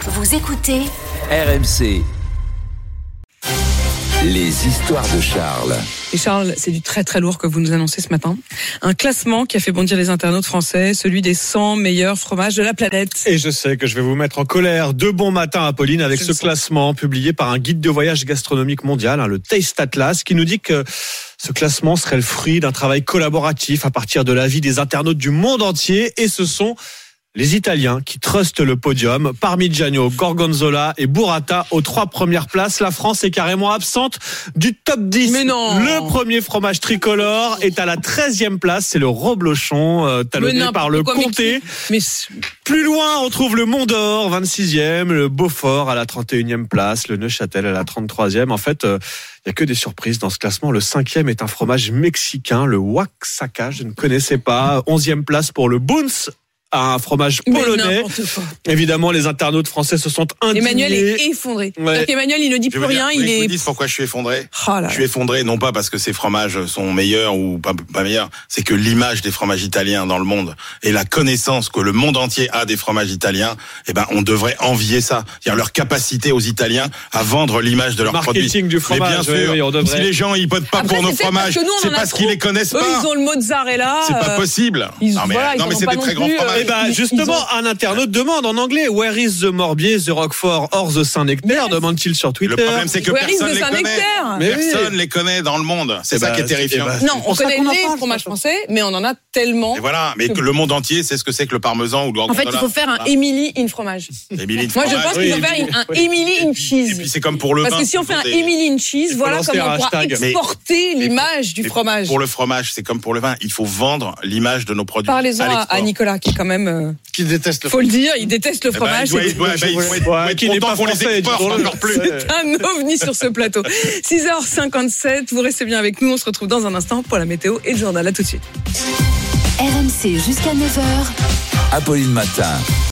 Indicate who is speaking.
Speaker 1: Vous écoutez
Speaker 2: RMC. Les histoires de Charles.
Speaker 3: Et Charles, c'est du très très lourd que vous nous annoncez ce matin. Un classement qui a fait bondir les internautes français, celui des 100 meilleurs fromages de la planète.
Speaker 4: Et je sais que je vais vous mettre en colère. De bon matin, Apolline, avec
Speaker 3: Je
Speaker 4: ce
Speaker 3: le sens.
Speaker 4: classement publié par un guide de voyage gastronomique mondial, hein, le Taste Atlas, qui nous dit que ce classement serait le fruit d'un travail collaboratif à partir de l'avis des internautes du monde entier. Et ce sont les Italiens qui trustent le podium. Parmigiano, Gorgonzola et Burrata aux trois premières places. La France est carrément absente du top 10.
Speaker 3: Mais non.
Speaker 4: Le premier fromage tricolore est à la 13e place. C'est le Roblochon, euh, talonné
Speaker 3: n'importe
Speaker 4: par le
Speaker 3: quoi, mais
Speaker 4: comté.
Speaker 3: Mais c-
Speaker 4: Plus loin, on trouve le Mont d'Or, 26e, le Beaufort à la 31e place, le Neuchâtel à la 33e. En fait, euh, il n'y a que des surprises dans ce classement. Le 5e est un fromage mexicain, le Oaxaca, je ne connaissais pas. 11e place pour le Boons, un fromage
Speaker 3: mais
Speaker 4: polonais.
Speaker 3: n'importe quoi.
Speaker 4: Évidemment, les internautes français se sont indignés.
Speaker 3: Emmanuel est effondré.
Speaker 4: Ouais.
Speaker 3: Donc Emmanuel, il ne dit plus
Speaker 5: Je veux
Speaker 3: rien,
Speaker 5: dire, vous
Speaker 3: il
Speaker 5: voulez que je
Speaker 3: est.
Speaker 5: vous dise pourquoi je suis effondré.
Speaker 3: Oh là là.
Speaker 5: Je suis effondré, non pas parce que ces fromages sont meilleurs ou pas, pas meilleurs, c'est que l'image des fromages italiens dans le monde et la connaissance que le monde entier a des fromages italiens, eh ben, on devrait envier ça. C'est-à-dire leur capacité aux Italiens à vendre l'image de leurs produits.
Speaker 4: Marketing du
Speaker 5: Mais
Speaker 4: fromage,
Speaker 5: bien sûr,
Speaker 4: oui, oui, on devrait.
Speaker 5: si les gens ils votent pas
Speaker 3: Après,
Speaker 5: pour nos
Speaker 3: c'est peut-être parce
Speaker 5: fromages,
Speaker 3: que nous, on en
Speaker 5: c'est
Speaker 3: a
Speaker 5: parce
Speaker 3: trop.
Speaker 5: qu'ils les connaissent
Speaker 3: Eux,
Speaker 5: pas.
Speaker 3: ils ont le mozzarella.
Speaker 5: C'est pas
Speaker 3: euh,
Speaker 5: possible.
Speaker 3: ils-
Speaker 5: non mais,
Speaker 3: voilà, ils
Speaker 5: non, mais
Speaker 3: en ont
Speaker 5: c'est
Speaker 3: pas
Speaker 5: des
Speaker 3: non
Speaker 5: très grands
Speaker 3: plus, euh,
Speaker 5: fromages.
Speaker 4: Eh ben,
Speaker 3: Ils- ils
Speaker 4: justement, un internaute demande en anglais Where is the Morbier, the Roquefort, or the Saint-Nectaire demande-t-il sur Twitter.
Speaker 5: Le problème c'est que
Speaker 3: Where is
Speaker 5: personne
Speaker 3: the
Speaker 5: les connaît.
Speaker 3: Saint-Nectaire
Speaker 4: Mais oui.
Speaker 5: Personne les connaît dans le monde. C'est
Speaker 4: Eh
Speaker 5: ça
Speaker 4: ben,
Speaker 5: qui est terrifiant.
Speaker 4: eh ben,
Speaker 3: hein. Non, on
Speaker 4: C'est pour ça
Speaker 3: connaît
Speaker 4: qu'on en
Speaker 3: les
Speaker 4: parle,
Speaker 3: fromages français, mais on en a tellement.
Speaker 5: Et voilà, mais que le monde entier sait ce que c'est que le parmesan ou le
Speaker 3: En fait, il
Speaker 5: gorgonzola.
Speaker 3: faut faire un Emily in fromage.
Speaker 5: Émilie de
Speaker 3: Moi, je
Speaker 5: fromage,
Speaker 3: pense
Speaker 4: oui,
Speaker 3: qu'il faut
Speaker 5: Émilie.
Speaker 3: faire une- un Emily in
Speaker 5: Et puis
Speaker 3: cheese.
Speaker 5: c'est comme pour le vin.
Speaker 3: Parce que si on fait un
Speaker 5: Des-
Speaker 3: Emily in cheese,
Speaker 4: faut
Speaker 3: voilà
Speaker 4: lancer
Speaker 3: comment on
Speaker 4: un
Speaker 3: pourra
Speaker 4: hashtag.
Speaker 3: exporter
Speaker 5: Mais-
Speaker 3: l'image du
Speaker 5: mais
Speaker 3: fromage.
Speaker 5: Pour le fromage, c'est comme pour le vin. Il faut vendre l'image de nos produits.
Speaker 3: Parlez-en à,
Speaker 5: l'export.
Speaker 3: à Nicolas, qui est quand même, euh,
Speaker 6: qui déteste le
Speaker 3: faut le dire, il déteste le
Speaker 5: Eh ben,
Speaker 3: fromage.
Speaker 5: il doit-
Speaker 3: c'est-
Speaker 5: il doit- ben, il faut être-
Speaker 4: Ouais,
Speaker 5: faut être
Speaker 4: qui n'est
Speaker 5: content
Speaker 4: pas
Speaker 5: qu'on les
Speaker 4: français,
Speaker 5: exporte
Speaker 4: disons-le.
Speaker 5: encore plus.
Speaker 4: Ouais.
Speaker 3: un ovni sur ce plateau. 6h57, vous restez bien avec nous, on se retrouve dans un instant pour la météo et le journal. À tout de suite.
Speaker 1: RMC jusqu'à 9h.
Speaker 2: Apolline Matin.